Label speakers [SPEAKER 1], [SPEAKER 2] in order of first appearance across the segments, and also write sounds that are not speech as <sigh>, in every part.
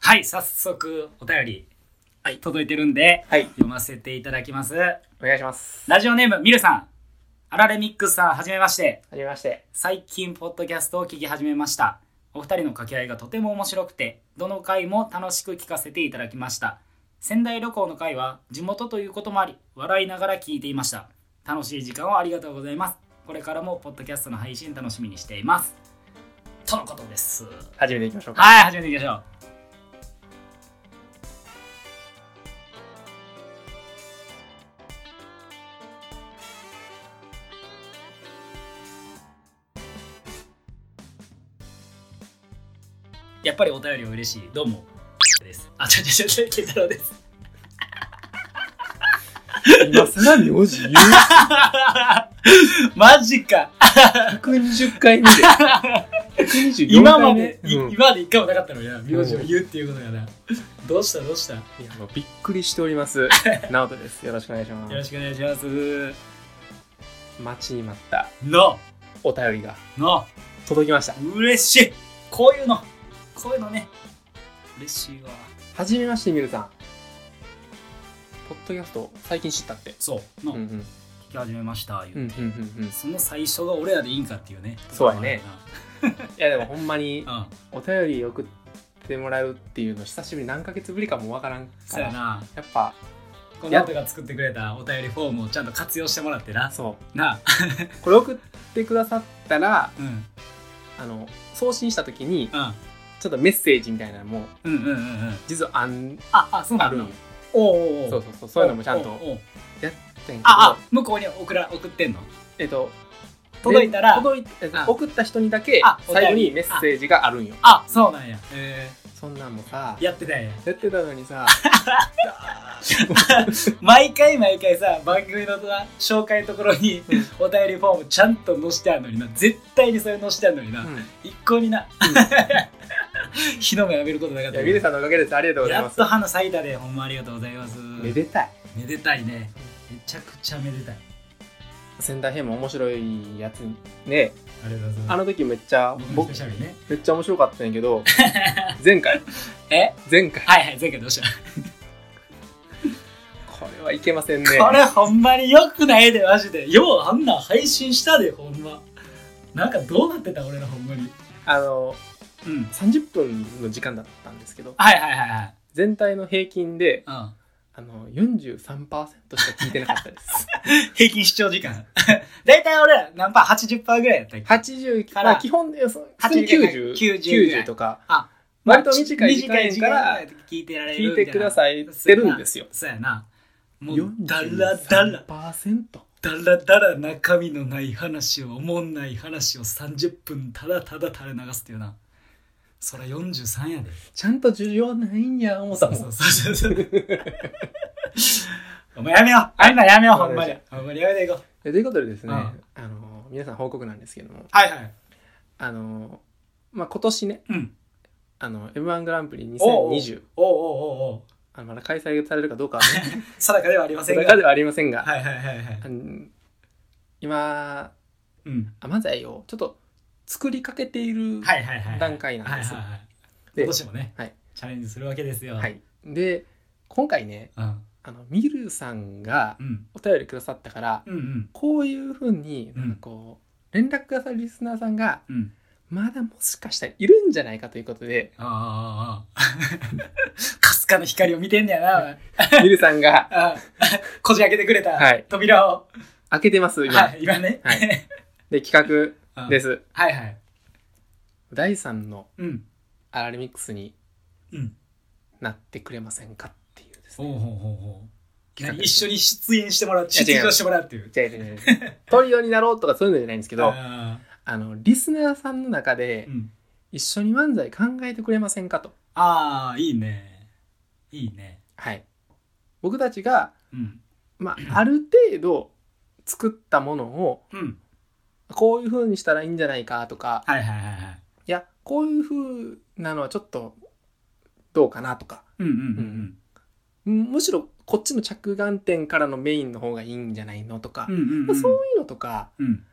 [SPEAKER 1] はい、早速お便り、
[SPEAKER 2] はい
[SPEAKER 1] 届いてるんで、
[SPEAKER 2] はい。
[SPEAKER 1] 読ませていただきます。
[SPEAKER 2] お願いします。
[SPEAKER 1] ラジオネーム、ミルさん。アラレミックスさん、はじめまして。
[SPEAKER 2] はじめまして。
[SPEAKER 1] 最近、ポッドキャストを聞き始めました。お二人の掛け合いがとても面白くて、どの回も楽しく聞かせていただきました。仙台旅行の回は、地元ということもあり、笑いながら聞いていました。楽しい時間をありがとうございます。これからも、ポッドキャストの配信楽しみにしています。とのことです。
[SPEAKER 2] 始めていきましょうか。
[SPEAKER 1] はい、始めていきましょう。やっぱりお便りは嬉しい。どうも。です。あ、ちょちょちょ、ケンタロウです。
[SPEAKER 2] 今更名字言う
[SPEAKER 1] マジ
[SPEAKER 2] <laughs>
[SPEAKER 1] か。
[SPEAKER 2] ?120 回目で。124回目。
[SPEAKER 1] 今まで、い
[SPEAKER 2] うんい
[SPEAKER 1] 今まで一回もなかったのや、名字を言うっていうことやな。どうしたどうしたよ
[SPEAKER 2] やもうびっくりしており <laughs> ます。ナオトです。よろしくお願いしま
[SPEAKER 1] ろ
[SPEAKER 2] す。
[SPEAKER 1] しくお願いします。
[SPEAKER 2] 待ちに待った
[SPEAKER 1] の、
[SPEAKER 2] お便りが
[SPEAKER 1] の。
[SPEAKER 2] 届きました。
[SPEAKER 1] 嬉しいこういうのこういうのね嬉しいわ
[SPEAKER 2] はじめまして、みるさん。ポッドキャスト、最近知ったって。
[SPEAKER 1] そうの、
[SPEAKER 2] うんうん。
[SPEAKER 1] 聞き始めました
[SPEAKER 2] うんう
[SPEAKER 1] 言
[SPEAKER 2] ん
[SPEAKER 1] って、
[SPEAKER 2] うんうん。い
[SPEAKER 1] その最初が俺らでいいんかっていうね
[SPEAKER 2] そうやねや、でもほんまに
[SPEAKER 1] う、ん
[SPEAKER 2] お便り送ってもらうっていうの、久しぶり何ヶ月ぶりかもわからん
[SPEAKER 1] そ
[SPEAKER 2] か
[SPEAKER 1] うや
[SPEAKER 2] ら。
[SPEAKER 1] な
[SPEAKER 2] やっぱ、
[SPEAKER 1] この人が作ってくれたお便りフォームをちゃんと活用してもらってな
[SPEAKER 2] そ
[SPEAKER 1] な
[SPEAKER 2] う。これ送ってくださったら、
[SPEAKER 1] うんうん
[SPEAKER 2] あの、送信した時に、
[SPEAKER 1] う
[SPEAKER 2] ちょっとメッセージみたいなのも
[SPEAKER 1] んうんうんうん
[SPEAKER 2] 実はあん
[SPEAKER 1] ああそう
[SPEAKER 2] あ
[SPEAKER 1] な
[SPEAKER 2] る
[SPEAKER 1] の
[SPEAKER 2] んよ
[SPEAKER 1] おうおうお
[SPEAKER 2] そうそうそうそういうのもちゃんと
[SPEAKER 1] おうおう
[SPEAKER 2] やってんけど
[SPEAKER 1] ああ向こうに送ら送ってんの
[SPEAKER 2] えっと
[SPEAKER 1] 届いたら
[SPEAKER 2] で届いえっと
[SPEAKER 1] あ
[SPEAKER 2] 送った人にだけ
[SPEAKER 1] あお便り
[SPEAKER 2] 最後にメッセージがあるんよ
[SPEAKER 1] あそうなんやえ
[SPEAKER 2] そんなんもさ
[SPEAKER 1] ー、やってたんや
[SPEAKER 2] やってたのにさだ
[SPEAKER 1] 毎回毎回さ番組のな紹介のところに
[SPEAKER 2] うん
[SPEAKER 1] お便りフォームちゃんと載せてあるのにな絶対にそれ載せてあるのにな、
[SPEAKER 2] ーうん
[SPEAKER 1] 一向にな <laughs> 日の目を浴びることなかっ
[SPEAKER 2] い
[SPEAKER 1] た
[SPEAKER 2] やミルさんのおかげですありがとうござい
[SPEAKER 1] や
[SPEAKER 2] ま
[SPEAKER 1] っ
[SPEAKER 2] す
[SPEAKER 1] と花咲いたでほんまありがとうございます
[SPEAKER 2] めでたい
[SPEAKER 1] めでたいねめちゃくちゃめでたい
[SPEAKER 2] 仙台編も面白いやつね
[SPEAKER 1] ありがとうございます
[SPEAKER 2] あの時めっちゃ
[SPEAKER 1] 僕
[SPEAKER 2] 僕
[SPEAKER 1] のしゃべりね
[SPEAKER 2] めっちゃ面白かったんやけ
[SPEAKER 1] <laughs>
[SPEAKER 2] ど前回
[SPEAKER 1] え
[SPEAKER 2] 前回
[SPEAKER 1] はいはい前回どうした
[SPEAKER 2] これはいけませんね
[SPEAKER 1] これほんまによくないでマジでようあんなん配信したでほんまなんかどうなってた俺らほんまに
[SPEAKER 2] あの
[SPEAKER 1] うん
[SPEAKER 2] 30分の時間だったんですけど
[SPEAKER 1] はいはいはいはい
[SPEAKER 2] 全体の平均で
[SPEAKER 1] うん
[SPEAKER 2] あの43%しか聞いてなかったです
[SPEAKER 1] 平均視聴時間。 <laughs> だいたい俺ら何パー ?80 パーぐらいやったっけ
[SPEAKER 2] 80
[SPEAKER 1] か
[SPEAKER 2] からら、まあ、基本でそ普通に
[SPEAKER 1] 80
[SPEAKER 2] 90,
[SPEAKER 1] 90ぐらい
[SPEAKER 2] とか
[SPEAKER 1] あ、
[SPEAKER 2] 割と短い時間
[SPEAKER 1] 時
[SPEAKER 2] か
[SPEAKER 1] 間
[SPEAKER 2] ら
[SPEAKER 1] で聞いてられる
[SPEAKER 2] 聞いてくださいってるんですよ
[SPEAKER 1] みたいなそうやな。もう、だらだら、
[SPEAKER 2] 43%
[SPEAKER 1] だらだら中身のない話を、おもんない話を30分ただただ垂れ流すっていうな。そら43やで。
[SPEAKER 2] ちゃんと需要ないんや思っ
[SPEAKER 1] そ
[SPEAKER 2] た
[SPEAKER 1] う
[SPEAKER 2] もん
[SPEAKER 1] そうそうそう。 <laughs> お前やめよう。あんなやめよう、ほんまに。ほんまにやめていこう。
[SPEAKER 2] えということでですね、
[SPEAKER 1] うん
[SPEAKER 2] あの皆さん報告なんですけども
[SPEAKER 1] はいはい。
[SPEAKER 2] あの、まあ、今年ね
[SPEAKER 1] うん。
[SPEAKER 2] あの m 1グランプリ2020
[SPEAKER 1] おうおうおうおうおうおう。
[SPEAKER 2] あのまだ開催されるかどうかは
[SPEAKER 1] <laughs>
[SPEAKER 2] ね
[SPEAKER 1] 定かではありませんが。
[SPEAKER 2] 定かではありませんが、
[SPEAKER 1] はいはいはいはい
[SPEAKER 2] あ。の今
[SPEAKER 1] うん。
[SPEAKER 2] 漫才をちょっと作りかけている
[SPEAKER 1] はいはいはい。
[SPEAKER 2] 段階なんです
[SPEAKER 1] はいはいはい
[SPEAKER 2] で
[SPEAKER 1] 今年もね、
[SPEAKER 2] はい
[SPEAKER 1] チャレンジするわけですよ。
[SPEAKER 2] はい、で今回ね
[SPEAKER 1] うん。
[SPEAKER 2] あのミルさんが
[SPEAKER 1] うん。
[SPEAKER 2] お便りくださったから
[SPEAKER 1] うんうん。
[SPEAKER 2] こういうふうになんかこう、連絡くださるリスナーさんが
[SPEAKER 1] うん。
[SPEAKER 2] まだもしかしたらいるんじゃないかというこ
[SPEAKER 1] <laughs>
[SPEAKER 2] とで
[SPEAKER 1] ああああ。かすかの光を見てんねやなお前
[SPEAKER 2] ミルさんが
[SPEAKER 1] ああ。こじ開けてくれた
[SPEAKER 2] はい
[SPEAKER 1] 扉を。
[SPEAKER 2] 開けてます今、
[SPEAKER 1] はい、今ね。
[SPEAKER 2] はいで企
[SPEAKER 1] う
[SPEAKER 2] 画
[SPEAKER 1] ん
[SPEAKER 2] です
[SPEAKER 1] はいはい。
[SPEAKER 2] 第3の
[SPEAKER 1] うん。
[SPEAKER 2] アラレミックスに
[SPEAKER 1] うん。
[SPEAKER 2] なってくれませんかっていうです
[SPEAKER 1] ほう
[SPEAKER 2] ね
[SPEAKER 1] ほうほうほう。
[SPEAKER 2] 企画
[SPEAKER 1] 何一緒に出演してもらう、
[SPEAKER 2] や違う
[SPEAKER 1] 出場してもらうっていう。
[SPEAKER 2] 違う違う違うトリオになろうとかそういうのじゃないんですけど
[SPEAKER 1] あ
[SPEAKER 2] あのリスナーさんの中
[SPEAKER 1] あ、
[SPEAKER 2] で
[SPEAKER 1] うん、
[SPEAKER 2] 一緒に漫才考えてくれませんかと、
[SPEAKER 1] ああ、いいね。いいね。
[SPEAKER 2] はい、僕たちが、
[SPEAKER 1] うん。
[SPEAKER 2] まあ、ある程度作ったものを
[SPEAKER 1] うん。
[SPEAKER 2] こういう風にしたらいいんじゃないかとか
[SPEAKER 1] はいはいはいはい。
[SPEAKER 2] いやこういう風なのはちょっとどうかなとか
[SPEAKER 1] うんうんうんう
[SPEAKER 2] うんん。うんむしろこっちの着眼点からのメインの方がいいんじゃないのとか、
[SPEAKER 1] うんうんう
[SPEAKER 2] まあ
[SPEAKER 1] ん。
[SPEAKER 2] そういうのとか
[SPEAKER 1] うん。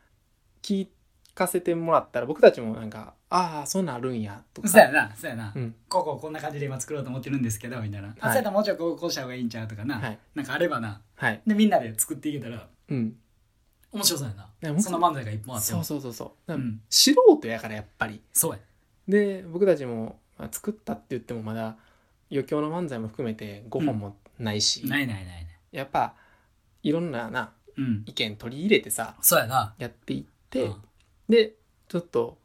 [SPEAKER 2] 聞かせてもらったら僕たちもなんかああそんなんあるんやとか
[SPEAKER 1] そうやなそうやな、
[SPEAKER 2] うん
[SPEAKER 1] こうこうこんな感じで今作ろうと思ってるんですけどみたいな、あそう
[SPEAKER 2] はい
[SPEAKER 1] やったらもうちょいこうこうした方がいいんちゃうとかな、
[SPEAKER 2] はい
[SPEAKER 1] なんかあればな
[SPEAKER 2] はい
[SPEAKER 1] でみんなで作っていけたら
[SPEAKER 2] うん
[SPEAKER 1] 面白そうや
[SPEAKER 2] や
[SPEAKER 1] な
[SPEAKER 2] 僕
[SPEAKER 1] その漫才が一本あって
[SPEAKER 2] そ
[SPEAKER 1] も
[SPEAKER 2] うそうそうそう、
[SPEAKER 1] うん
[SPEAKER 2] 素人やからやっぱり
[SPEAKER 1] そうや
[SPEAKER 2] で僕たちも、まあ、作ったって言ってもまだ余興の漫才も含めて5本もないし、
[SPEAKER 1] ないないないない
[SPEAKER 2] やっぱいろんなな
[SPEAKER 1] うん
[SPEAKER 2] 意見取り入れてさ
[SPEAKER 1] そうやな
[SPEAKER 2] やっていって、
[SPEAKER 1] うん
[SPEAKER 2] でちょっと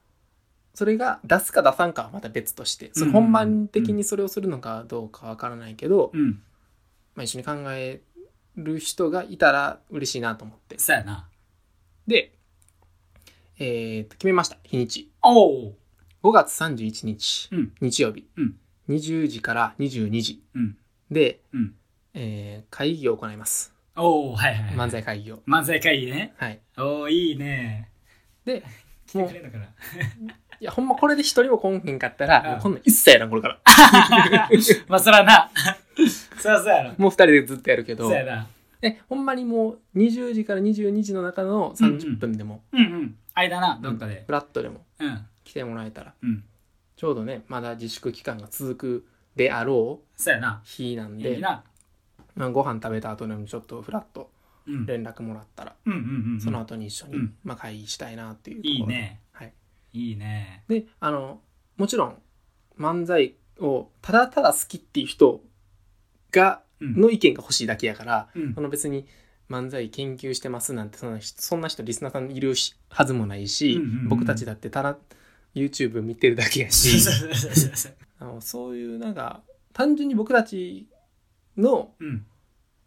[SPEAKER 2] それが出すか出さんかはまた別としてそ
[SPEAKER 1] うん
[SPEAKER 2] の本番的にそれをするのかどうかわからないけど、
[SPEAKER 1] うん
[SPEAKER 2] まあ、一緒に考える人がいたら嬉しいなと思って
[SPEAKER 1] そうやな
[SPEAKER 2] で、えーと決めました日にち
[SPEAKER 1] おお
[SPEAKER 2] 5月31日、
[SPEAKER 1] うん
[SPEAKER 2] 日曜日、
[SPEAKER 1] うん
[SPEAKER 2] 20時から22時
[SPEAKER 1] うん
[SPEAKER 2] で、
[SPEAKER 1] うん
[SPEAKER 2] えー会議を行います
[SPEAKER 1] おおはいはい、はい、
[SPEAKER 2] 漫才会議を
[SPEAKER 1] 漫才会議ね
[SPEAKER 2] はい
[SPEAKER 1] おおいいね
[SPEAKER 2] で
[SPEAKER 1] 来て
[SPEAKER 2] もう
[SPEAKER 1] くれるのかない
[SPEAKER 2] やほんまこれで一人も来んへんかったら、
[SPEAKER 1] うん
[SPEAKER 2] もうこんなん一切やらんこれから
[SPEAKER 1] <laughs> まあそらな <laughs> そらそうやろ
[SPEAKER 2] もう二人でずっとやるけど
[SPEAKER 1] そうやな
[SPEAKER 2] えほんまにもう20時から22時の中の30分でも、
[SPEAKER 1] うんうん間などっかで
[SPEAKER 2] フラットでも
[SPEAKER 1] うん
[SPEAKER 2] 来てもらえたら
[SPEAKER 1] うん
[SPEAKER 2] ちょうどねまだ自粛期間が続くであろう
[SPEAKER 1] そうやな
[SPEAKER 2] 日なんで
[SPEAKER 1] いいな
[SPEAKER 2] まあ、ご飯食べた後でもちょっとフラッと
[SPEAKER 1] うんうん
[SPEAKER 2] 連絡もらったら、
[SPEAKER 1] うんうんうん
[SPEAKER 2] その後に一緒に、
[SPEAKER 1] うん
[SPEAKER 2] まあ、会議したいなっていうところ
[SPEAKER 1] いいね
[SPEAKER 2] はい、
[SPEAKER 1] いいね
[SPEAKER 2] であのもちろん漫才をただただ好きっていう人が
[SPEAKER 1] うん
[SPEAKER 2] の意見が欲しいだけやから、
[SPEAKER 1] うん
[SPEAKER 2] その別に漫才研究してますなんてそんな人そんな人リスナーさんいるしはずもないし、
[SPEAKER 1] うんうんうん
[SPEAKER 2] 僕たちだってただ YouTube 見てるだけや
[SPEAKER 1] <laughs> そう
[SPEAKER 2] し
[SPEAKER 1] そうそうそうそう
[SPEAKER 2] あのそういうなんか単純に僕たちの
[SPEAKER 1] うん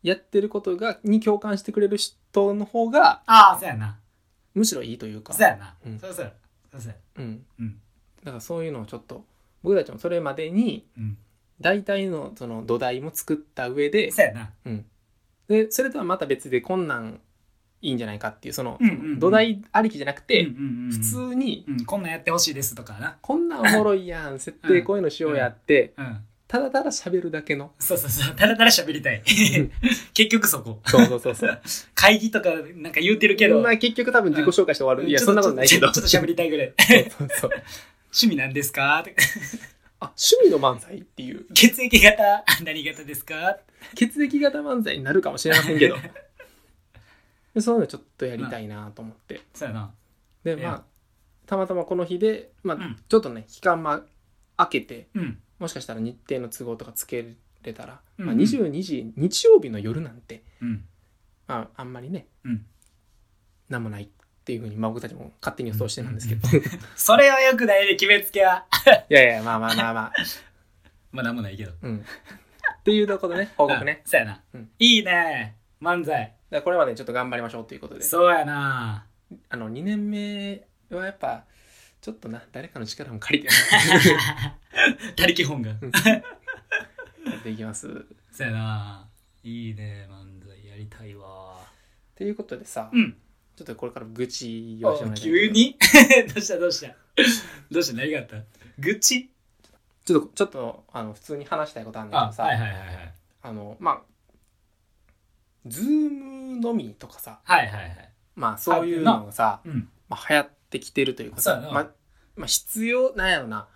[SPEAKER 2] やってることがに共感してくれる人の方が
[SPEAKER 1] ああそうやな
[SPEAKER 2] むしろいいというか
[SPEAKER 1] そうやな
[SPEAKER 2] うん
[SPEAKER 1] そうそうそうそう
[SPEAKER 2] うん
[SPEAKER 1] うん
[SPEAKER 2] だからそういうのをちょっと僕たちもそれまでに
[SPEAKER 1] うん
[SPEAKER 2] 大体のその土台も作った上で
[SPEAKER 1] そうやな
[SPEAKER 2] でそれとはまた別でこんなんいいんじゃないかっていうその
[SPEAKER 1] うんうんうん
[SPEAKER 2] 土台ありきじゃなくて
[SPEAKER 1] うんうんうん
[SPEAKER 2] 普通に
[SPEAKER 1] うんこんなんやってほしいですとかな
[SPEAKER 2] こんなんおもろいやん設定こういうのしようやって
[SPEAKER 1] うん
[SPEAKER 2] ただただ喋るだけの
[SPEAKER 1] そうそうそうたらたら喋りたい
[SPEAKER 2] <laughs> ん
[SPEAKER 1] 結局そこ
[SPEAKER 2] そうそうそうそう
[SPEAKER 1] 会議とかなんか言うてるけど
[SPEAKER 2] まあ結局多分自己紹介して終わるいや
[SPEAKER 1] ちょっ
[SPEAKER 2] そんなことないけど
[SPEAKER 1] ちょっとちょっと喋りたいぐらい <laughs>
[SPEAKER 2] そうそうそう
[SPEAKER 1] 趣味なんですかとか
[SPEAKER 2] あ趣味の漫才っていう
[SPEAKER 1] 血液型何型ですか
[SPEAKER 2] 血液型漫才になるかもしれませんけ
[SPEAKER 1] <laughs>
[SPEAKER 2] どでそういうのちょっとやりたいなと思って、
[SPEAKER 1] そうやな
[SPEAKER 2] で
[SPEAKER 1] いや
[SPEAKER 2] まあたまたまこの日で、まあ
[SPEAKER 1] うん
[SPEAKER 2] ちょっとね期間まあ開けて
[SPEAKER 1] うん
[SPEAKER 2] もしかしたら日程の都合とかつけれたら、
[SPEAKER 1] うん
[SPEAKER 2] まあ、22時日曜日の夜なんて、
[SPEAKER 1] うん
[SPEAKER 2] まあ、あんまりね、
[SPEAKER 1] うん
[SPEAKER 2] なんもないっていうふうに、まあ、僕たちも勝手に予想してなんですけど、 <laughs> い
[SPEAKER 1] それはよくないね決めつけは
[SPEAKER 2] やいやまあまあまあまあ、
[SPEAKER 1] まあなんもないけど <laughs>
[SPEAKER 2] うん、っていうところでね報告ね
[SPEAKER 1] うんそうやな
[SPEAKER 2] うん
[SPEAKER 1] いいね漫才
[SPEAKER 2] だからこれまでちょっと頑張りましょうということで
[SPEAKER 1] そうやな
[SPEAKER 2] あの2年目はやっぱちょっとな誰かの力も借りて
[SPEAKER 1] 他力本願
[SPEAKER 2] やっていきます。 <laughs> っ
[SPEAKER 1] そうやないいね漫才やりたいわ
[SPEAKER 2] ていうことでさ、
[SPEAKER 1] うん
[SPEAKER 2] ちょっとこれから愚痴言わせてもらいたいんだけ
[SPEAKER 1] 急
[SPEAKER 2] ど
[SPEAKER 1] に <laughs> どうしたどうしたどうした何があった愚痴
[SPEAKER 2] ちょっとちょっとあの普通に話したいことあるんだけ
[SPEAKER 1] あ
[SPEAKER 2] どさあ,、
[SPEAKER 1] はいはいはいはい
[SPEAKER 2] のまあズームのみとかさ
[SPEAKER 1] はいはいはい
[SPEAKER 2] まあそういうのがさ、
[SPEAKER 1] うん
[SPEAKER 2] まあ、流行ってきてるというか
[SPEAKER 1] そ
[SPEAKER 2] さ
[SPEAKER 1] うやな
[SPEAKER 2] まあまあ、必要なんやろな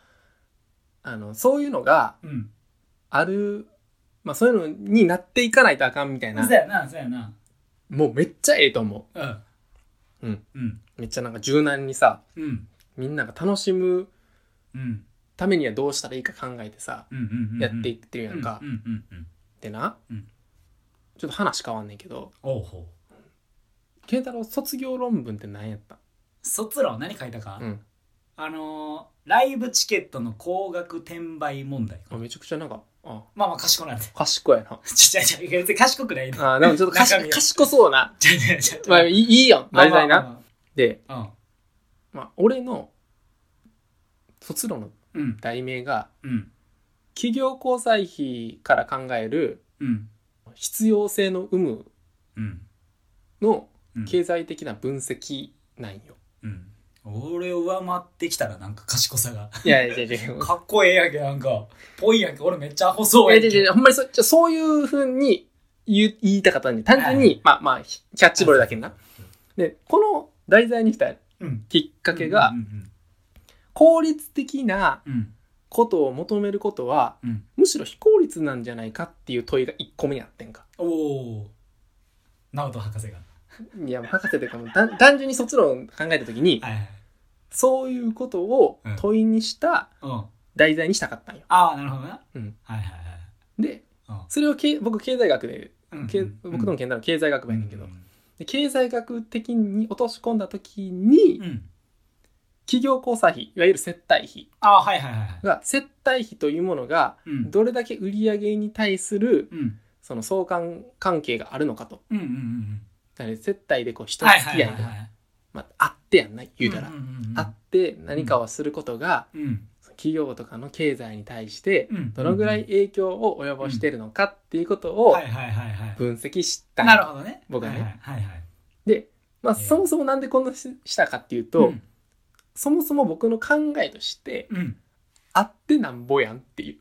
[SPEAKER 2] あのそういうのが
[SPEAKER 1] うん
[SPEAKER 2] ある、まあ、そういうのになっていかないとあかんみたいな
[SPEAKER 1] そうやなそうやな
[SPEAKER 2] もうめっちゃええと思
[SPEAKER 1] うん
[SPEAKER 2] うん
[SPEAKER 1] うん
[SPEAKER 2] うめっちゃなんか柔軟にさ
[SPEAKER 1] うん
[SPEAKER 2] みんなが楽しむ
[SPEAKER 1] うん
[SPEAKER 2] ためにはどうしたらいいか考えてさ
[SPEAKER 1] うんうんうん
[SPEAKER 2] やっていってるやんか、
[SPEAKER 1] うんうんうんうん
[SPEAKER 2] でな、
[SPEAKER 1] うん
[SPEAKER 2] ちょっと話変わんねんけど
[SPEAKER 1] おうほう
[SPEAKER 2] 慶太郎卒業論文って何やった
[SPEAKER 1] 卒論何書いたか
[SPEAKER 2] うん
[SPEAKER 1] あのーライブチケットの高額転売問題
[SPEAKER 2] あめちゃくちゃなんかあ
[SPEAKER 1] まあまあ賢くなんで
[SPEAKER 2] 賢いな
[SPEAKER 1] ちょちょちょ別に賢くないな <laughs>
[SPEAKER 2] あでもちょっと
[SPEAKER 1] 中身
[SPEAKER 2] 賢
[SPEAKER 1] は
[SPEAKER 2] 賢そうな、
[SPEAKER 1] ちょちょちょちょ
[SPEAKER 2] まあ、いいいいよ題材な、で、
[SPEAKER 1] まあまあま
[SPEAKER 2] まあ、俺の卒論の
[SPEAKER 1] あうんうん
[SPEAKER 2] 題名が
[SPEAKER 1] うん
[SPEAKER 2] 企業交際費から考える
[SPEAKER 1] うん
[SPEAKER 2] 必要性の有無
[SPEAKER 1] うん
[SPEAKER 2] の
[SPEAKER 1] うん
[SPEAKER 2] 経済的な分析なんよ、
[SPEAKER 1] うん俺を上回ってきたらなんか賢さが
[SPEAKER 2] いやいやいやいや
[SPEAKER 1] かっこええやんけなんかぽいやんけ俺めっちゃ細
[SPEAKER 2] いや
[SPEAKER 1] い
[SPEAKER 2] いやいやいやほんまにそじゃあそういうふうに言う言いたかったんで、単純に、まあまあ、ひキャッチボールだけにな。で、この題材にした
[SPEAKER 1] うん、
[SPEAKER 2] きっかけが
[SPEAKER 1] うんうん
[SPEAKER 2] 効率的な
[SPEAKER 1] うんうん
[SPEAKER 2] ことを求めることは
[SPEAKER 1] うん
[SPEAKER 2] むしろ非効率なんじゃないかっていう問いが1個目にあってんか。
[SPEAKER 1] おお直人博士が
[SPEAKER 2] いやもう博士というかもうだん単純に卒論考えた時に
[SPEAKER 1] はいはい
[SPEAKER 2] そういうことを問いにした
[SPEAKER 1] うん
[SPEAKER 2] 題材にしたかったんよ。
[SPEAKER 1] ああなるほどな、
[SPEAKER 2] うん
[SPEAKER 1] はいはい
[SPEAKER 2] で
[SPEAKER 1] はい
[SPEAKER 2] それをけ僕経済学で、
[SPEAKER 1] うんうん
[SPEAKER 2] け僕の
[SPEAKER 1] うん
[SPEAKER 2] 健太郎は経済学部やねんけど、
[SPEAKER 1] うん
[SPEAKER 2] で経済学的に落とし込んだ時に、
[SPEAKER 1] うん
[SPEAKER 2] 企業交際費いわゆる接待費
[SPEAKER 1] ああはいはいはいはい
[SPEAKER 2] が接待費というものが
[SPEAKER 1] うん
[SPEAKER 2] どれだけ売上に対する
[SPEAKER 1] うん
[SPEAKER 2] その相関関係があるのかと。
[SPEAKER 1] うんうんうん
[SPEAKER 2] だから接待でこう人
[SPEAKER 1] はい
[SPEAKER 2] 付き合
[SPEAKER 1] はいい
[SPEAKER 2] で、
[SPEAKER 1] はいはい
[SPEAKER 2] まあ、あってやんない言うたら、
[SPEAKER 1] んんんん
[SPEAKER 2] あって何かをすることが、
[SPEAKER 1] うん
[SPEAKER 2] 企業とかの経済に対して
[SPEAKER 1] うん
[SPEAKER 2] どのぐらい影響を及ぼしているのかっていうことを
[SPEAKER 1] はいはいはいはい
[SPEAKER 2] 分析したい、
[SPEAKER 1] なるほどね
[SPEAKER 2] 僕はね
[SPEAKER 1] はいはいはいはい
[SPEAKER 2] で、まあ、
[SPEAKER 1] ええ
[SPEAKER 2] そもそもなんでこんなししたかっていうと、
[SPEAKER 1] うん
[SPEAKER 2] そもそも僕の考えとして
[SPEAKER 1] うん
[SPEAKER 2] あってなんぼやんっていう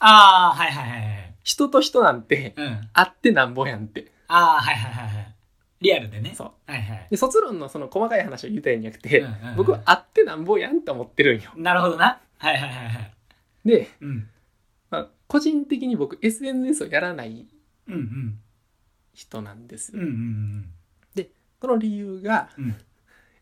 [SPEAKER 1] ああはいはいはいはい
[SPEAKER 2] 人と人なんて <laughs>
[SPEAKER 1] うん
[SPEAKER 2] あってなんぼやんって
[SPEAKER 1] ああはいはいはいはいリアルでね
[SPEAKER 2] そう
[SPEAKER 1] はいはい
[SPEAKER 2] で卒論のその細かい話を言うたいんじゃなくて、
[SPEAKER 1] うんうんうん
[SPEAKER 2] 僕はあってなんぼやんって思ってるんよ
[SPEAKER 1] なるほどなはいはいはいはい
[SPEAKER 2] で、
[SPEAKER 1] うん
[SPEAKER 2] まあ、個人的に僕 SNS をやらない
[SPEAKER 1] うんうん
[SPEAKER 2] 人なんです、
[SPEAKER 1] うんうんうん
[SPEAKER 2] その理由が、
[SPEAKER 1] うん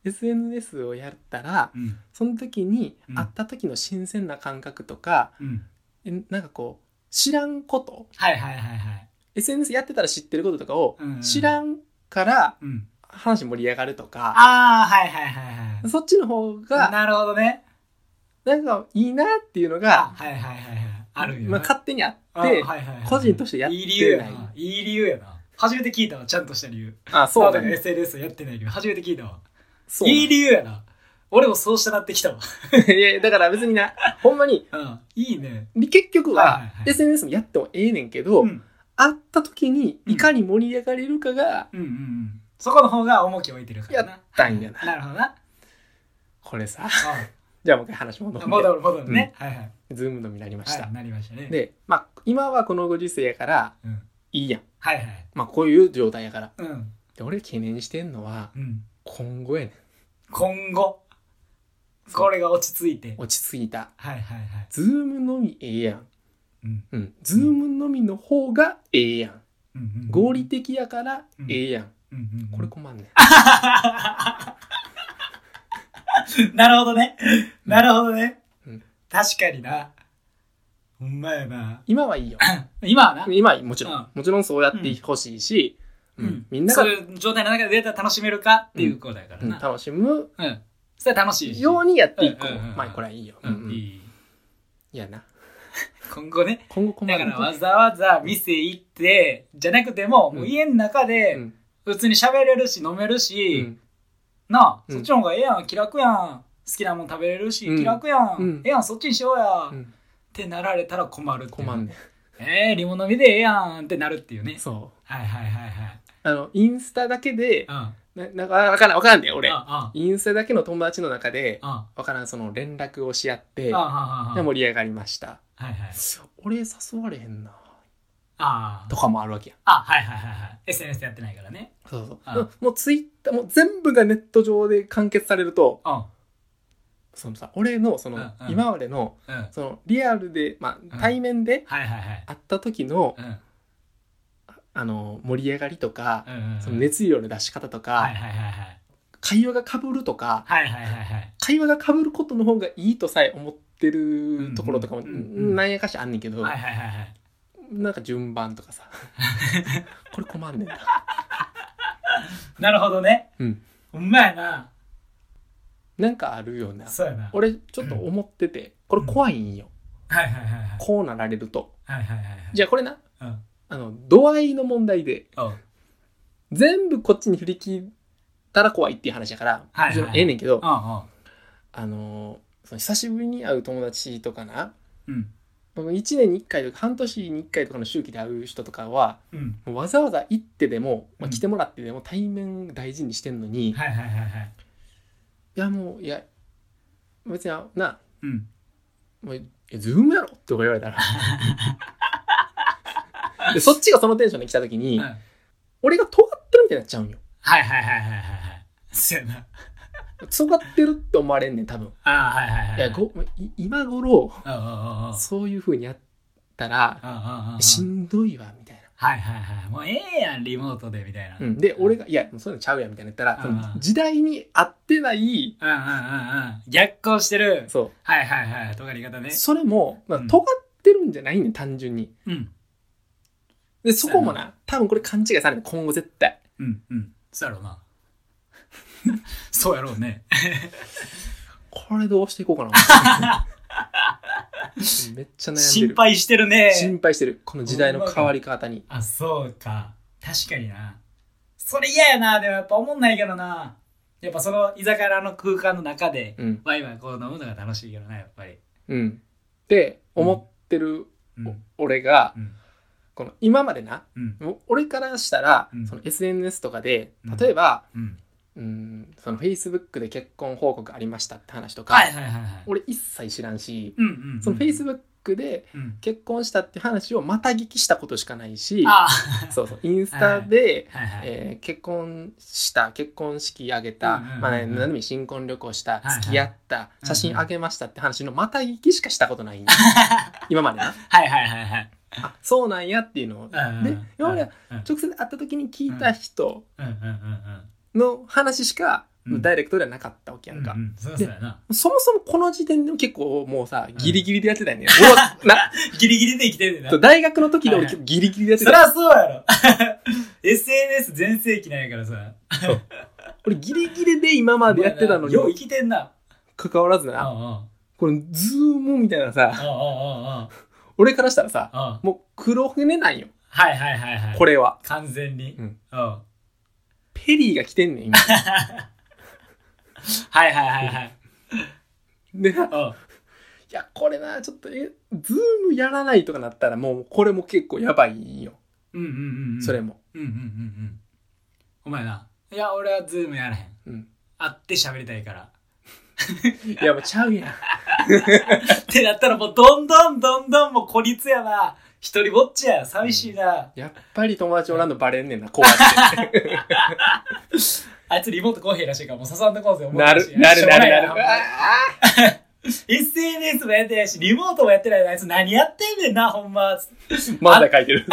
[SPEAKER 2] SNS をやったら
[SPEAKER 1] うん
[SPEAKER 2] その時に
[SPEAKER 1] うん
[SPEAKER 2] 会った時の新鮮な感覚とか、
[SPEAKER 1] うん
[SPEAKER 2] えなんかこう知らんこと
[SPEAKER 1] はいはいはいはい
[SPEAKER 2] SNS やってたら知ってることとかを
[SPEAKER 1] うんうん
[SPEAKER 2] 知らんから
[SPEAKER 1] うん
[SPEAKER 2] 話盛り上がるとか、
[SPEAKER 1] ああはいはいはいはい
[SPEAKER 2] そっちの方が
[SPEAKER 1] なるほどね
[SPEAKER 2] なんかいいなっていうの
[SPEAKER 1] あ
[SPEAKER 2] が、
[SPEAKER 1] はいはいはいはいあるよね
[SPEAKER 2] まあ、勝手にあ
[SPEAKER 1] あ
[SPEAKER 2] って
[SPEAKER 1] はいはいはい
[SPEAKER 2] 個人としてやってない
[SPEAKER 1] い理由やないい理由やな初めて聞いたわちゃんとした理由
[SPEAKER 2] あ
[SPEAKER 1] そう
[SPEAKER 2] だ
[SPEAKER 1] だね SNS やってない理由初めて聞いたわ
[SPEAKER 2] そう
[SPEAKER 1] いい理由やな俺もそうしたなってきたわ
[SPEAKER 2] いやいやだから別になほんまに
[SPEAKER 1] うんいいね
[SPEAKER 2] 結局
[SPEAKER 1] はいはい
[SPEAKER 2] は
[SPEAKER 1] はい
[SPEAKER 2] SNS もやってもええねんけど、
[SPEAKER 1] うん
[SPEAKER 2] 会った時にいかに盛り上がれるかが、
[SPEAKER 1] うんうんうんそこの方が重きを置いてるからな
[SPEAKER 2] やったんやな
[SPEAKER 1] なるほど
[SPEAKER 2] <laughs>
[SPEAKER 1] な
[SPEAKER 2] これさ <laughs>
[SPEAKER 1] う
[SPEAKER 2] じゃあもう一回話戻
[SPEAKER 1] ん戻
[SPEAKER 2] っ
[SPEAKER 1] る戻るねはいはい
[SPEAKER 2] てズームのみになりました、
[SPEAKER 1] はいなりましたね
[SPEAKER 2] でまあ今はこのご時世やから
[SPEAKER 1] うん
[SPEAKER 2] いいやん
[SPEAKER 1] はいはい
[SPEAKER 2] まあこういう状態やから
[SPEAKER 1] うん
[SPEAKER 2] で俺懸念してんのは
[SPEAKER 1] うん
[SPEAKER 2] 今後やねん
[SPEAKER 1] 今後これが落ち着いて
[SPEAKER 2] 落ち着いた
[SPEAKER 1] はいはいはい
[SPEAKER 2] ズームのみええやん
[SPEAKER 1] うん
[SPEAKER 2] うんズームのみの方がええやん
[SPEAKER 1] うんうん
[SPEAKER 2] 合理的やからええやん、
[SPEAKER 1] うんうんうん
[SPEAKER 2] これ困んねん、
[SPEAKER 1] <laughs> なるほどね。なるほどね。
[SPEAKER 2] うん
[SPEAKER 1] 確かにな。ほんまやな。
[SPEAKER 2] 今はい
[SPEAKER 1] <laughs>
[SPEAKER 2] いよ
[SPEAKER 1] 今はな。
[SPEAKER 2] 今はいいもちろん、
[SPEAKER 1] うん
[SPEAKER 2] もちろんそうやってほしいし、うんみんな
[SPEAKER 1] そ
[SPEAKER 2] が
[SPEAKER 1] ういう状態の中でどうやったら楽しめるかっていうことやから
[SPEAKER 2] うん
[SPEAKER 1] な。
[SPEAKER 2] 楽しむ
[SPEAKER 1] うん。それは楽しいし。
[SPEAKER 2] ようにやっていこう,、
[SPEAKER 1] うんうんうん
[SPEAKER 2] まあこれはいいよ、
[SPEAKER 1] う
[SPEAKER 2] うん
[SPEAKER 1] ん、
[SPEAKER 2] うん
[SPEAKER 1] い
[SPEAKER 2] い
[SPEAKER 1] い。
[SPEAKER 2] やな
[SPEAKER 1] 今後ね。
[SPEAKER 2] 今後困
[SPEAKER 1] だ
[SPEAKER 2] る
[SPEAKER 1] からわざわざ店行って、じゃなくても、
[SPEAKER 2] うん
[SPEAKER 1] もう家の中
[SPEAKER 2] う
[SPEAKER 1] で、
[SPEAKER 2] ん
[SPEAKER 1] 普通に喋れるし、飲める
[SPEAKER 2] う
[SPEAKER 1] し、
[SPEAKER 2] ん
[SPEAKER 1] なあ、
[SPEAKER 2] うん
[SPEAKER 1] そっちの方がええやん、気楽やん。好きなもん食べれるし、
[SPEAKER 2] うん
[SPEAKER 1] 気楽やん。
[SPEAKER 2] うん
[SPEAKER 1] ええやん、そっちにしようや。
[SPEAKER 2] うん
[SPEAKER 1] ってなられたら困るっていう
[SPEAKER 2] 困んね
[SPEAKER 1] えー、リモ飲みでええやんってなるっていうんね
[SPEAKER 2] そ
[SPEAKER 1] はいはいはいはいう
[SPEAKER 2] あのインスタだけで
[SPEAKER 1] うんうん
[SPEAKER 2] ななんかわからんわからんで俺
[SPEAKER 1] うん
[SPEAKER 2] インスタだけの友達の中で
[SPEAKER 1] うんうん
[SPEAKER 2] わからんその連絡をし合って
[SPEAKER 1] うんうん
[SPEAKER 2] で
[SPEAKER 1] うん
[SPEAKER 2] 盛り上がりました
[SPEAKER 1] はいはい
[SPEAKER 2] 俺誘われへんな
[SPEAKER 1] あ
[SPEAKER 2] と
[SPEAKER 1] ー
[SPEAKER 2] かもあるわけやん
[SPEAKER 1] あはいはいはいはい SNS やってないからね
[SPEAKER 2] そうそう
[SPEAKER 1] あ
[SPEAKER 2] もうツイッターもう全部がネット上で完結されると
[SPEAKER 1] うん
[SPEAKER 2] そのさ俺のその、
[SPEAKER 1] うんうん
[SPEAKER 2] 今までの
[SPEAKER 1] うんはい
[SPEAKER 2] そのリアルで、まあ、対面で
[SPEAKER 1] はいはい
[SPEAKER 2] 会った時の、
[SPEAKER 1] うん
[SPEAKER 2] あの盛り上がりとか、
[SPEAKER 1] うんうん
[SPEAKER 2] その熱量の出し方とか、
[SPEAKER 1] はいはいはいはい
[SPEAKER 2] 会話がかぶるとか
[SPEAKER 1] はいはいはいはい
[SPEAKER 2] 会話がかぶることの方がいいとさえ思ってるところとかも、
[SPEAKER 1] うんうんうん
[SPEAKER 2] なんやかしあんねんけど、
[SPEAKER 1] はいはいはいはい
[SPEAKER 2] なんか順番とか
[SPEAKER 1] <laughs>
[SPEAKER 2] さこれ困んねんな、
[SPEAKER 1] なるほどね
[SPEAKER 2] うん、
[SPEAKER 1] ほんまやな
[SPEAKER 2] なんかあるような
[SPEAKER 1] そうやな
[SPEAKER 2] 俺ちょっと思っててこれ怖いんよ、
[SPEAKER 1] はいはいはいはい
[SPEAKER 2] こうなられると
[SPEAKER 1] はいはいはいはい
[SPEAKER 2] じゃあこれな
[SPEAKER 1] うん
[SPEAKER 2] あの度合いの問題で
[SPEAKER 1] おう
[SPEAKER 2] 全部こっちに振り切ったら怖いっていう話だから、
[SPEAKER 1] はいはいはい
[SPEAKER 2] もちろんええねんけど、
[SPEAKER 1] う
[SPEAKER 2] あのーその久しぶりに会う友達とかなん
[SPEAKER 1] うん
[SPEAKER 2] 僕1年に1回とか半年に1回とかの周期で会う人とかは
[SPEAKER 1] うん
[SPEAKER 2] もうわざわざ行ってでも、ま
[SPEAKER 1] う
[SPEAKER 2] あ、
[SPEAKER 1] ん
[SPEAKER 2] 来てもらってでも対面大事にしてんのに、
[SPEAKER 1] はいはいはいはい
[SPEAKER 2] いやもういや別にあな
[SPEAKER 1] うん
[SPEAKER 2] もういやズームやろとか言われたら
[SPEAKER 1] <laughs>
[SPEAKER 2] でそっちがそのテンションで来た時に、
[SPEAKER 1] うんはい
[SPEAKER 2] 俺が尖ってるみたいになっちゃうんよ
[SPEAKER 1] はいはいはいはいはいそうやな
[SPEAKER 2] 尖ってるって思われんねん多分
[SPEAKER 1] ああはいはいはい
[SPEAKER 2] いやごい今頃
[SPEAKER 1] うんうんうんうん
[SPEAKER 2] そういうふうにやったら
[SPEAKER 1] うんうんうん
[SPEAKER 2] しんどいわみたい
[SPEAKER 1] はいはいはいもうええやんリモートでみたいな
[SPEAKER 2] な、うん、で俺が「いやもうそういうのちゃうやん」みたいな言ったらそ
[SPEAKER 1] うんうん
[SPEAKER 2] の時代に合ってない
[SPEAKER 1] うんうんうんうん逆行してる
[SPEAKER 2] そ
[SPEAKER 1] はいはいはい尖り方ね
[SPEAKER 2] うそれも、まあ、
[SPEAKER 1] うん
[SPEAKER 2] 尖ってるんじゃないねん単純に
[SPEAKER 1] うん
[SPEAKER 2] でそこもな多分これ勘違いされる今後絶対
[SPEAKER 1] うんうんそうやろうな <laughs> そうやろうね
[SPEAKER 2] これどうしていこうかな
[SPEAKER 1] <laughs>
[SPEAKER 2] めっちゃ悩んでる
[SPEAKER 1] 心配してるね
[SPEAKER 2] 心配してるこの時代の変わり方に
[SPEAKER 1] あそうか確かになそれ嫌やなでもやっぱ思んないけどなやっぱその居酒屋の空間の中で
[SPEAKER 2] うん
[SPEAKER 1] ワイワイこう飲むのが楽しいけどなやっぱり
[SPEAKER 2] うんって思ってる
[SPEAKER 1] うん
[SPEAKER 2] お俺が
[SPEAKER 1] うん
[SPEAKER 2] この今までな
[SPEAKER 1] うん
[SPEAKER 2] もう俺からしたら、
[SPEAKER 1] うん
[SPEAKER 2] その SNS とかで
[SPEAKER 1] うん
[SPEAKER 2] 例えば、
[SPEAKER 1] うん
[SPEAKER 2] うん、その Facebook で結婚報告ありましたって話とか、
[SPEAKER 1] はいはいはいはい
[SPEAKER 2] 俺一切知らんし、
[SPEAKER 1] うんうんうん
[SPEAKER 2] その Facebook で
[SPEAKER 1] うん
[SPEAKER 2] 結婚したって話をまた聞きしたことしかないし
[SPEAKER 1] あ
[SPEAKER 2] そうそうインスタで、
[SPEAKER 1] はいはい
[SPEAKER 2] えー結婚した結婚式あげた、
[SPEAKER 1] うんうんうんうん
[SPEAKER 2] まあね、何でもいい新婚旅行し
[SPEAKER 1] はい
[SPEAKER 2] た、
[SPEAKER 1] はい
[SPEAKER 2] 付き合った
[SPEAKER 1] うん
[SPEAKER 2] 写真あげましたって話のまた聞きしかしたことないんよ今までな
[SPEAKER 1] <laughs> はいはいはいはい
[SPEAKER 2] あそうなんやっていうのを
[SPEAKER 1] うんうん
[SPEAKER 2] で今までは
[SPEAKER 1] うん
[SPEAKER 2] 直接会った時に聞いた人
[SPEAKER 1] うんうんうんうん
[SPEAKER 2] の話しか、
[SPEAKER 1] うん
[SPEAKER 2] ダイレクトではなかったわけやんか、
[SPEAKER 1] うんうんそうそうやな
[SPEAKER 2] そもそもこの時点でも結構もうさ
[SPEAKER 1] ん
[SPEAKER 2] ギリギリでやってたよね、おな
[SPEAKER 1] ギリギリで生きてるねんな
[SPEAKER 2] そう大学の時で俺
[SPEAKER 1] はい
[SPEAKER 2] 結構ギリギリでやって
[SPEAKER 1] そ
[SPEAKER 2] た、
[SPEAKER 1] りゃそうや <laughs> ろ SNS 全盛期なんやからさ
[SPEAKER 2] 俺ギリギリで今までやってたのに
[SPEAKER 1] よう
[SPEAKER 2] も
[SPEAKER 1] 生きてんな
[SPEAKER 2] かかわらず
[SPEAKER 1] うんうん
[SPEAKER 2] な、
[SPEAKER 1] うんうん
[SPEAKER 2] このズームみたいなさ
[SPEAKER 1] うんうんうん
[SPEAKER 2] 俺からしたらさ
[SPEAKER 1] うん
[SPEAKER 2] もう黒船なんよ
[SPEAKER 1] はいはいはいはい。
[SPEAKER 2] これは
[SPEAKER 1] 完全に。
[SPEAKER 2] う
[SPEAKER 1] うんん。は
[SPEAKER 2] ペリーが来てんねん今
[SPEAKER 1] いはいはいはい。
[SPEAKER 2] でな
[SPEAKER 1] うん。
[SPEAKER 2] いやこれなちょっとえズームやらないとかなったらもうこれも結構やばいよ、
[SPEAKER 1] うんうんうんうん。
[SPEAKER 2] それ。も、
[SPEAKER 1] うんうんうんうん。お前な。いや、俺はズームやらへん。
[SPEAKER 2] うん、
[SPEAKER 1] 会って喋りたいから。
[SPEAKER 2] いやもうちゃうやん
[SPEAKER 1] ってなったらもうどんどんどんどんもう孤立やな。一人ぼっちや。寂しいな。
[SPEAKER 2] やっぱり友達おらんのバレんねんなこうやって
[SPEAKER 1] あいつリモート来へんらしいから、もう誘んでこうぜ。思う
[SPEAKER 2] な
[SPEAKER 1] ら
[SPEAKER 2] る
[SPEAKER 1] しい
[SPEAKER 2] なるなるな
[SPEAKER 1] しょう
[SPEAKER 2] る
[SPEAKER 1] がいな SNS もやってないし、リモートもやってないのにあいつ何やってんねんな、ほんま。
[SPEAKER 2] まだ書いてる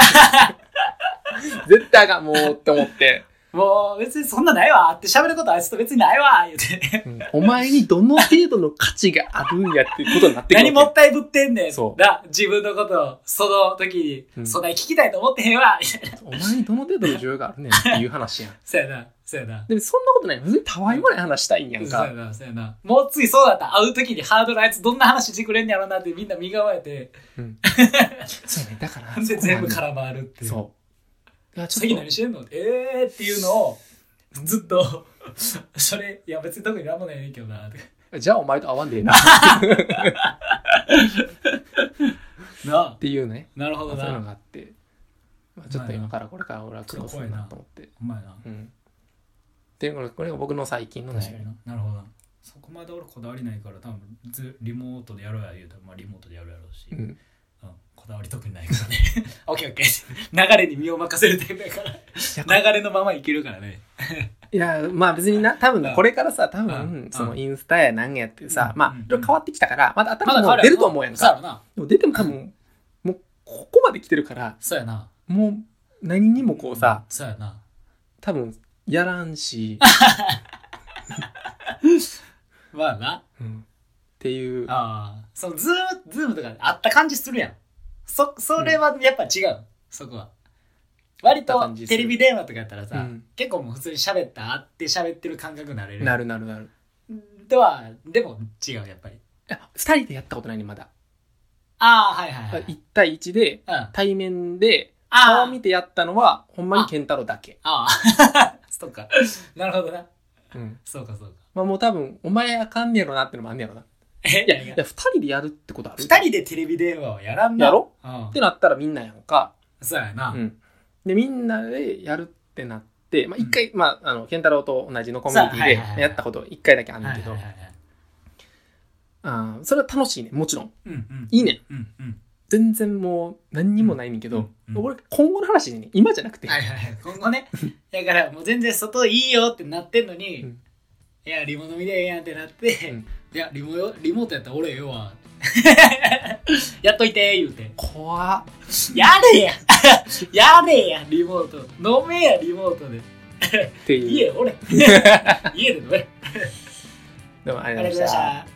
[SPEAKER 2] <laughs> 絶対あかんもうって思って、
[SPEAKER 1] もう別にそんなないわ。会って喋ることあいつと別にないわ。言うて。
[SPEAKER 2] お前にどの程度の価値があるんやっていうことになってくる
[SPEAKER 1] 何もったいぶってんねん。
[SPEAKER 2] そう
[SPEAKER 1] な、自分のことを、その時
[SPEAKER 2] うん
[SPEAKER 1] に、そんなに聞きたいと思ってへんわ。み <laughs> たいな。
[SPEAKER 2] お前にどの程度の需要があるねんっていう話やん
[SPEAKER 1] そうやな、そうやな。
[SPEAKER 2] <laughs> でもそんなことない別にたわいもない話したいんやん
[SPEAKER 1] そう
[SPEAKER 2] か
[SPEAKER 1] やな、そうやな。もう次そうだった。会う時にハードルあいつどんな話してくれんやろなってみんな身構えて、
[SPEAKER 2] そうやねだから
[SPEAKER 1] で全部空回るっていう。
[SPEAKER 2] そう。いや、ち
[SPEAKER 1] 次
[SPEAKER 2] ょっ
[SPEAKER 1] 何してんのえーっていうのを、ずっと、それ、いや別に特になんもないねんけどな、とか。
[SPEAKER 2] と、じゃあお前と会わんでええな。っ
[SPEAKER 1] なあ
[SPEAKER 2] ていうね、
[SPEAKER 1] なるほ
[SPEAKER 2] そうい
[SPEAKER 1] ど
[SPEAKER 2] うの
[SPEAKER 1] な。
[SPEAKER 2] があって、まあ、ちょっと今からこれから俺は苦労するなと思って。
[SPEAKER 1] お前な。
[SPEAKER 2] うん。っていうのが、これが僕の最近の
[SPEAKER 1] 確か
[SPEAKER 2] ね
[SPEAKER 1] に、な。なるほどな。そこまで俺こだわりないから、多分ずリモートでやろうや言うたら、まあリモートでやるやろうし。
[SPEAKER 2] うん、
[SPEAKER 1] うん、こだわり特にないからね。 <laughs> オッケーオッケー。流れに身を任せるタイプやから。流れのままいけるからね。
[SPEAKER 2] いやまあ別にな多分これからさ多
[SPEAKER 1] う
[SPEAKER 2] 分
[SPEAKER 1] ん
[SPEAKER 2] そのインスタやなんやってさ
[SPEAKER 1] うん
[SPEAKER 2] まあいろいろ変わってきたからまだ新しい
[SPEAKER 1] 変わ
[SPEAKER 2] の
[SPEAKER 1] る
[SPEAKER 2] 出ると思うやん
[SPEAKER 1] そうや
[SPEAKER 2] か
[SPEAKER 1] ろな。
[SPEAKER 2] でも出ても多分もうここまで来てるから
[SPEAKER 1] そうやな。
[SPEAKER 2] もう何にもこうさ
[SPEAKER 1] そうやな。
[SPEAKER 2] 多分やらんし、
[SPEAKER 1] まあな。
[SPEAKER 2] うんっていう
[SPEAKER 1] ああ。そのズーム、ズームとかであった感じするやん。そ、それはやっぱ違う。そこは。割
[SPEAKER 2] あった
[SPEAKER 1] と
[SPEAKER 2] 感じする
[SPEAKER 1] テレビ電話とかやったらさ、
[SPEAKER 2] うん
[SPEAKER 1] 結構もう普通に喋った、会って喋ってる感覚になれる。
[SPEAKER 2] なるなるなる
[SPEAKER 1] とは、でも違う、やっぱり。
[SPEAKER 2] いや二人でやったことないねまだ
[SPEAKER 1] ああ、はいはいはい。
[SPEAKER 2] 1対1で
[SPEAKER 1] うん。あ
[SPEAKER 2] 対面で
[SPEAKER 1] あ
[SPEAKER 2] 顔見てやったのはほんまに健太郎だけ、
[SPEAKER 1] ああ。 <laughs> そっか。なるほどな。
[SPEAKER 2] うん
[SPEAKER 1] そうかそうか。
[SPEAKER 2] まあもう多分お前あかんねやろなってのもあんねやろない
[SPEAKER 1] え、
[SPEAKER 2] やいや2人でやるってことある
[SPEAKER 1] 二人でテレビ電話をやらんな。
[SPEAKER 2] やろ
[SPEAKER 1] うん
[SPEAKER 2] ってなったらみんなやんか、
[SPEAKER 1] そうやな。
[SPEAKER 2] うん、でみんなでやるってなってまあ、一回、まあ、あの健太郎と同じのコミュニテ
[SPEAKER 1] さあはいはい
[SPEAKER 2] ィ
[SPEAKER 1] はい
[SPEAKER 2] でやったこと一回だけあんね
[SPEAKER 1] は
[SPEAKER 2] ん
[SPEAKER 1] い
[SPEAKER 2] けど、
[SPEAKER 1] はいはいはい
[SPEAKER 2] あーそれは楽しいねもちろん
[SPEAKER 1] うんうん。
[SPEAKER 2] いいねん
[SPEAKER 1] うんうん。
[SPEAKER 2] 全然もう何にもないねんけど、
[SPEAKER 1] うんうんうん
[SPEAKER 2] 俺今後の話でね今じゃなくて、
[SPEAKER 1] はいはいはい。今後ね。だからもう全然外いいよってなってんのに、
[SPEAKER 2] うん
[SPEAKER 1] いやリモ飲みでええやんってなって、
[SPEAKER 2] うん
[SPEAKER 1] いやリモよリモートやったら俺ええわ <laughs> やっといて言うて
[SPEAKER 2] 怖っ
[SPEAKER 1] やれ
[SPEAKER 2] <laughs>
[SPEAKER 1] ややれやリモート飲めやリモートで
[SPEAKER 2] ってい
[SPEAKER 1] 家
[SPEAKER 2] う <laughs>
[SPEAKER 1] 俺家で飲め
[SPEAKER 2] どうもあり
[SPEAKER 1] ありがとうご
[SPEAKER 2] がとう
[SPEAKER 1] ざいま
[SPEAKER 2] ございま
[SPEAKER 1] し
[SPEAKER 2] した
[SPEAKER 1] た